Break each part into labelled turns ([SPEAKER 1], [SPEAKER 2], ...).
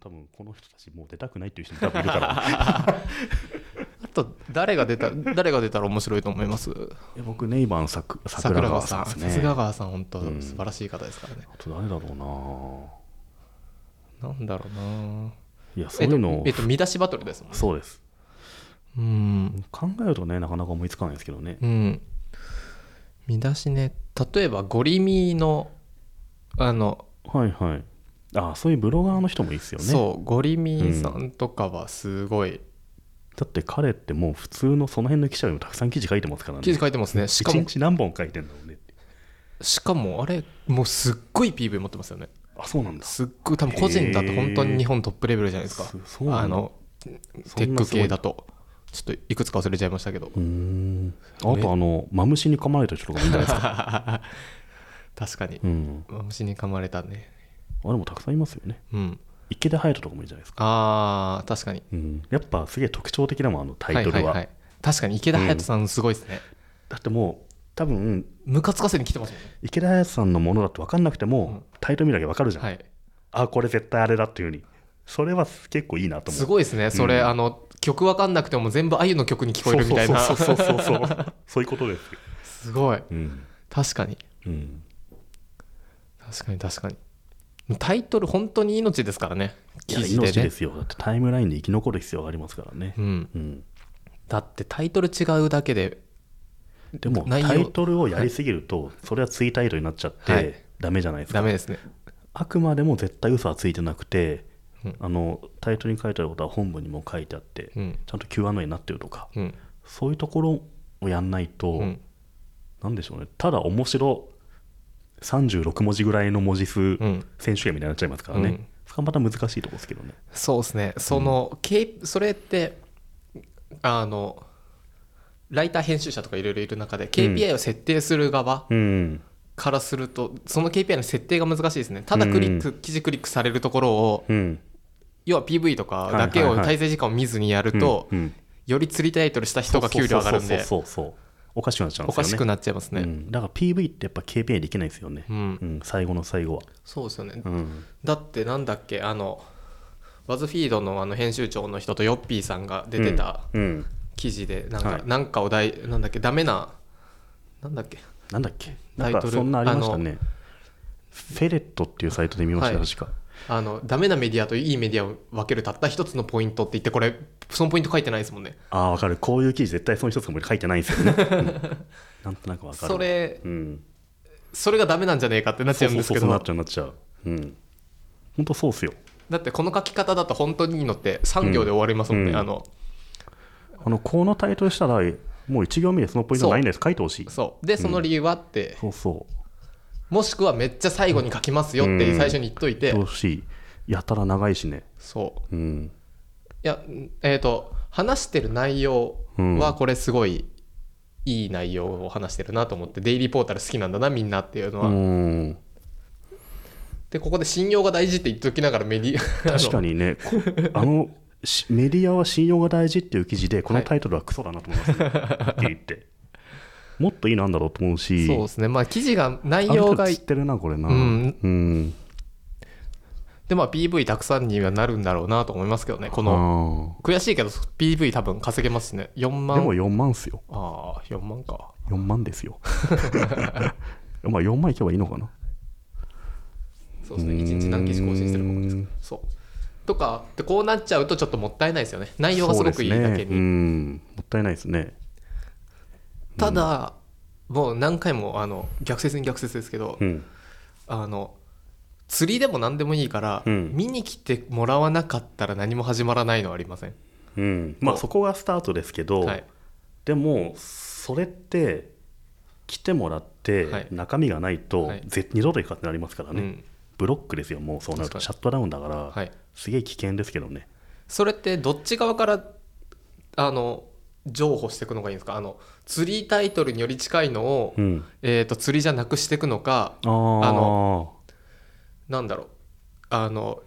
[SPEAKER 1] 多分この人たちもう出たくないっていう人も多分いるから
[SPEAKER 2] あと誰が出た 誰が出たら面白いと思います
[SPEAKER 1] いや僕ネイバーの桜桜
[SPEAKER 2] 桜
[SPEAKER 1] 川
[SPEAKER 2] 川
[SPEAKER 1] さ
[SPEAKER 2] さ
[SPEAKER 1] ん
[SPEAKER 2] ん
[SPEAKER 1] ですね
[SPEAKER 2] 桜川さん本当
[SPEAKER 1] うん
[SPEAKER 2] 素晴らしい方ですからね、
[SPEAKER 1] あと誰だろうな
[SPEAKER 2] なんだろうない
[SPEAKER 1] やそういうのを、
[SPEAKER 2] えっとえっと見出しバトルですもんね
[SPEAKER 1] そうです
[SPEAKER 2] うん
[SPEAKER 1] 考えるとねなかなか思いつかないですけどね
[SPEAKER 2] うん見出しね例えばゴリミのあの
[SPEAKER 1] はいはいあそういうブロガーの人もいいですよね
[SPEAKER 2] そうゴリミさんとかはすごい
[SPEAKER 1] だって彼ってもう普通のその辺の記者よりもたくさん記事書いてますからね
[SPEAKER 2] 記事書いてますねしか
[SPEAKER 1] 1
[SPEAKER 2] も
[SPEAKER 1] 日何本書いてんだろうねって
[SPEAKER 2] しかもあれもうすっごい PV 持ってますよね
[SPEAKER 1] あそうなんだ
[SPEAKER 2] すっごい多分個人だと本当に日本トップレベルじゃないですか
[SPEAKER 1] すそうなんだ
[SPEAKER 2] あの
[SPEAKER 1] そ
[SPEAKER 2] テ
[SPEAKER 1] ん
[SPEAKER 2] ッ
[SPEAKER 1] な
[SPEAKER 2] ク
[SPEAKER 1] すごい
[SPEAKER 2] 系だとちょっといくつか忘れちゃいましたけ ど
[SPEAKER 1] うーんあとあのマムシに噛まれた人とかもいいんじゃないですか、
[SPEAKER 2] 確かに
[SPEAKER 1] うん、
[SPEAKER 2] 虫に噛まれたね
[SPEAKER 1] あれもたくさんいますよね
[SPEAKER 2] うん
[SPEAKER 1] 池田隼人とかもいいじゃないですか、
[SPEAKER 2] あー確かに
[SPEAKER 1] うん、やっぱすげえ特徴的だもんあのタイトルは,、
[SPEAKER 2] いいい、確かに池田隼人さんすごいですね、
[SPEAKER 1] だってもう多分
[SPEAKER 2] ムカつかせに来てますもんね
[SPEAKER 1] 池田隼人さんのものだって分かんなくても、
[SPEAKER 2] うん
[SPEAKER 1] タイトル見るだけ分かるじゃん、
[SPEAKER 2] はい
[SPEAKER 1] あこれ絶対あれだっていうふうにそれは結構いいなと思う
[SPEAKER 2] すごいですねそれ、
[SPEAKER 1] うん
[SPEAKER 2] あの曲わかんなくても全部あゆの曲に聞こえるみたいな
[SPEAKER 1] そうそうそうそうそうそうそういうことですよ
[SPEAKER 2] すごい
[SPEAKER 1] うん、
[SPEAKER 2] 確かに
[SPEAKER 1] うん、
[SPEAKER 2] 確かに確かにタイトル本当に命ですからね
[SPEAKER 1] いや
[SPEAKER 2] 記事でね
[SPEAKER 1] 命ですよだってタイムラインで生き残る必要がありますからね
[SPEAKER 2] う、ん、
[SPEAKER 1] うん、
[SPEAKER 2] だってタイトル違うだけで
[SPEAKER 1] でも
[SPEAKER 2] 内容
[SPEAKER 1] タイトルをやりすぎると、それはツイタイトルになっちゃって、
[SPEAKER 2] はい
[SPEAKER 1] ダメじゃないです
[SPEAKER 2] ダ
[SPEAKER 1] か
[SPEAKER 2] メですね
[SPEAKER 1] あくまでも絶対嘘はついてなくて、
[SPEAKER 2] うん
[SPEAKER 1] あのタイトルに書いてあることは本文にも書いてあって、
[SPEAKER 2] うん
[SPEAKER 1] ちゃんと Q&A になってるとか、
[SPEAKER 2] うん
[SPEAKER 1] そういうところをやんないと、
[SPEAKER 2] うん
[SPEAKER 1] なんでしょうねただ面白36文字ぐらいの文字数、
[SPEAKER 2] ん
[SPEAKER 1] 選手権みたいになっちゃいますからね、
[SPEAKER 2] うん
[SPEAKER 1] そこはまた難しいとこですけどね
[SPEAKER 2] そうですねその、けそれってあのライター編集者とかいろいろいる中で KPI を設定する側
[SPEAKER 1] うん
[SPEAKER 2] からすると、その KPI の設定が難しいですねただクリック、記事クリックされるところを
[SPEAKER 1] うん
[SPEAKER 2] 要は PV とかだけ
[SPEAKER 1] は
[SPEAKER 2] を
[SPEAKER 1] いはいはい
[SPEAKER 2] 滞在時間を見ずにやると
[SPEAKER 1] うんうん
[SPEAKER 2] より釣りタイトルした人が給料上がるんで
[SPEAKER 1] そうそうそうそうおかしくなっちゃうんで
[SPEAKER 2] お
[SPEAKER 1] すよ
[SPEAKER 2] か
[SPEAKER 1] ね
[SPEAKER 2] しくなっちゃいます
[SPEAKER 1] う
[SPEAKER 2] ね
[SPEAKER 1] んだから PV ってやっぱ KPI できないですよね、
[SPEAKER 2] うん、
[SPEAKER 1] うん最後の最後は、
[SPEAKER 2] そうですよね
[SPEAKER 1] うん、
[SPEAKER 2] だってなんだっけあのバズフィードのあの編集長の人とヨッピーさんが出てた
[SPEAKER 1] うん、うん
[SPEAKER 2] 記事でなんか、
[SPEAKER 1] はい
[SPEAKER 2] なんかお題なんだっけダメななんだっけ
[SPEAKER 1] なんだっけな
[SPEAKER 2] タ
[SPEAKER 1] ん
[SPEAKER 2] イトル
[SPEAKER 1] かそんなありましたねフェレットっていうサイトで見ましたよ、
[SPEAKER 2] はい
[SPEAKER 1] 確か
[SPEAKER 2] あのダメなメディアといいメディアを分けるたった一つのポイントって言ってこれそのポイント書いてないですもんね
[SPEAKER 1] ああわかるこういう記事絶対その一つも書いてないんですよ ね、うんなんとなくわかる
[SPEAKER 2] それ
[SPEAKER 1] うん
[SPEAKER 2] それがダメなんじゃねえかってなっちゃうんですけ
[SPEAKER 1] そうそうそうそうな
[SPEAKER 2] ど
[SPEAKER 1] っちゃうなっちゃううん本当そうっすよ
[SPEAKER 2] だってこの書き方だと本当にいいのって3行で終わりますもんね、
[SPEAKER 1] うん
[SPEAKER 2] あの
[SPEAKER 1] あのこのタイトルしたらもう1行目でそのポイントないんです書いてほしい
[SPEAKER 2] そうでその理由はって、
[SPEAKER 1] そうそう
[SPEAKER 2] もしくはめっちゃ最後に書きますよって最初に言っといて、
[SPEAKER 1] 書いてほしいやたら長いしね
[SPEAKER 2] そう
[SPEAKER 1] うん
[SPEAKER 2] いやんえっ、と話してる内容
[SPEAKER 1] うん
[SPEAKER 2] はこれすごいいい内容を話してるなと思って、デイリーポータル好きなんだなみんなっていうの
[SPEAKER 1] う
[SPEAKER 2] は、
[SPEAKER 1] ん
[SPEAKER 2] でここで信用が大事って言っときながらメディア
[SPEAKER 1] 確かにねこ あのしメディアは信用が大事っていう記事でこの
[SPEAKER 2] はい
[SPEAKER 1] タイトルはクソだなと思いますね、はっきり言ってもっといいなんだろうと思うし
[SPEAKER 2] そうですねまあ記事が内
[SPEAKER 1] ある
[SPEAKER 2] 容
[SPEAKER 1] 程
[SPEAKER 2] が
[SPEAKER 1] 度知ってるなこれな
[SPEAKER 2] うん
[SPEAKER 1] うん
[SPEAKER 2] でまあ PV たくさんにはなるんだろうなと思いますけどねこの
[SPEAKER 1] あ
[SPEAKER 2] 悔しいけど PV 多分稼げますしね
[SPEAKER 1] ー
[SPEAKER 2] 4
[SPEAKER 1] で
[SPEAKER 2] 万
[SPEAKER 1] も4万っすよ
[SPEAKER 2] ああ4万か
[SPEAKER 1] 4万です よまあ4万いけばいいのかな
[SPEAKER 2] そうですね1日何記事更新してるか分かんないですけどそうとかってこうなっちゃうとちょっともったいないですよね内容がすごくいいだ
[SPEAKER 1] そう
[SPEAKER 2] け
[SPEAKER 1] ですね
[SPEAKER 2] に
[SPEAKER 1] うんもったいないですね
[SPEAKER 2] ただ、もう何回もあの逆説に逆説ですけど、
[SPEAKER 1] うん
[SPEAKER 2] あの釣りでも何でもいいから、
[SPEAKER 1] うん
[SPEAKER 2] 見に来てもらわなかったら何も始まらないのはありません、
[SPEAKER 1] うんまあそこがスタートですけど、
[SPEAKER 2] はい、
[SPEAKER 1] でもそれって来てもらっ
[SPEAKER 2] はい
[SPEAKER 1] て中身がないと、
[SPEAKER 2] はい
[SPEAKER 1] ぜ二度と行くかってなりますから
[SPEAKER 2] う
[SPEAKER 1] ね、
[SPEAKER 2] ん
[SPEAKER 1] ブロックですよもうそうなると
[SPEAKER 2] 確
[SPEAKER 1] シ
[SPEAKER 2] か
[SPEAKER 1] ャットダウンだから、
[SPEAKER 2] はい、
[SPEAKER 1] すげえ危険ですけどね
[SPEAKER 2] それってどっち側からあの譲歩していくのがいいんですかあの釣りタイトルにより近いのを、
[SPEAKER 1] うん
[SPEAKER 2] えー、と釣りじゃなくしていくのか
[SPEAKER 1] ああの
[SPEAKER 2] なんだろうあの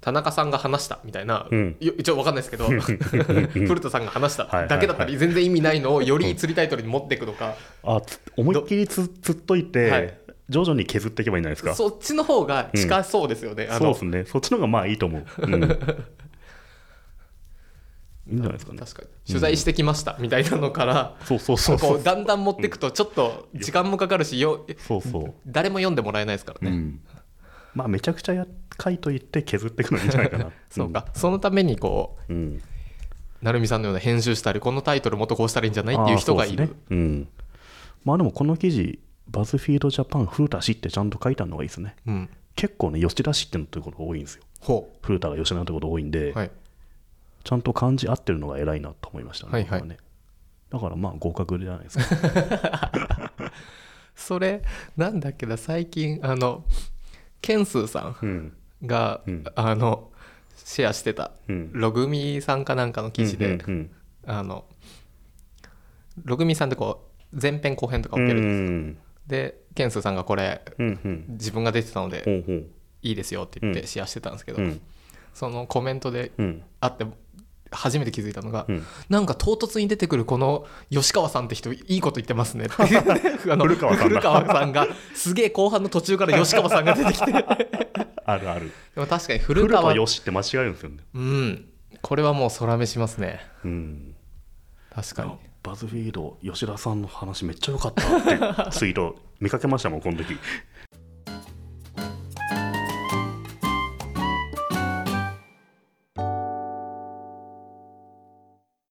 [SPEAKER 2] 田中さんが話したみたいな、
[SPEAKER 1] うん
[SPEAKER 2] よ一応分かんないですけど 古田さんが話した
[SPEAKER 1] はいはいはい
[SPEAKER 2] だけだったら全然意味ないのをより釣りタイトルに持っていくのか、
[SPEAKER 1] あつ思いっきりつ釣っといて、
[SPEAKER 2] はい
[SPEAKER 1] 徐々に削っていけばいいんじゃないですか
[SPEAKER 2] そっちの方が近そうですよね、あ
[SPEAKER 1] そう
[SPEAKER 2] の
[SPEAKER 1] ですねそっちの方がまあいいと思う、 うん、いいんじゃないですかね
[SPEAKER 2] 確かに取材してきましたみたいなのから、
[SPEAKER 1] そうそうそうそ
[SPEAKER 2] こ
[SPEAKER 1] う
[SPEAKER 2] うだんだん持っていくとちょっと時間もかかるしよ
[SPEAKER 1] そうそう
[SPEAKER 2] 誰も読んでもらえないですから
[SPEAKER 1] う
[SPEAKER 2] ね、
[SPEAKER 1] ん、まあめちゃくちゃや書いといて削っていくのがいいんじゃないかな
[SPEAKER 2] そうか、そのためにこ
[SPEAKER 1] うん、うん
[SPEAKER 2] う成美さんのような編集したりこのタイトルもっとこうしたらいいんじゃないっていう人がい
[SPEAKER 1] あーそ
[SPEAKER 2] る
[SPEAKER 1] うですねうん、まあでもこの記事バズフィードジャパン古田氏ってちゃんと書いたのがいいですね
[SPEAKER 2] うん
[SPEAKER 1] 結構ね吉田氏ってのところが多いんですよ
[SPEAKER 2] ほ
[SPEAKER 1] 古田が吉田のところが多いんで、
[SPEAKER 2] うはい
[SPEAKER 1] ちゃんと漢字合ってるのが偉いなと思いましたね,、
[SPEAKER 2] はいはい
[SPEAKER 1] 僕ねだからまあ合格じゃないです か
[SPEAKER 2] それなんだっけな最近あのケンスーさ
[SPEAKER 1] うん
[SPEAKER 2] んが、
[SPEAKER 1] うん
[SPEAKER 2] あのシェアしてた
[SPEAKER 1] うん
[SPEAKER 2] ログミさんかなんかの記事で、
[SPEAKER 1] うんうん
[SPEAKER 2] あのログミさんってこう前編後編とか
[SPEAKER 1] う
[SPEAKER 2] 受
[SPEAKER 1] ん
[SPEAKER 2] け
[SPEAKER 1] う
[SPEAKER 2] る、
[SPEAKER 1] ん
[SPEAKER 2] でケンスーさんがこれ
[SPEAKER 1] うんうん
[SPEAKER 2] 自分が出てたので
[SPEAKER 1] ほうほう
[SPEAKER 2] いいですよって言っ
[SPEAKER 1] う
[SPEAKER 2] て
[SPEAKER 1] ん
[SPEAKER 2] シェアしてたんですけど、
[SPEAKER 1] うん
[SPEAKER 2] そのコメントで
[SPEAKER 1] うん
[SPEAKER 2] あって初めて気づいたのが、
[SPEAKER 1] うん
[SPEAKER 2] なんか唐突に出てくるこの吉川さんって人いいこと言ってますねっ てあの
[SPEAKER 1] 古川さんだ
[SPEAKER 2] 古川さんがすげえ後半の途 中から吉川さんが出てきてで
[SPEAKER 1] あるある
[SPEAKER 2] も確かに古
[SPEAKER 1] 古田
[SPEAKER 2] 川
[SPEAKER 1] と吉って間違えるんですよね
[SPEAKER 2] うんこれはもう空目しますね
[SPEAKER 1] うん
[SPEAKER 2] 確かに
[SPEAKER 1] バズフィード吉田さんの話めっちゃ良かったってツイート見かけましたもんこの時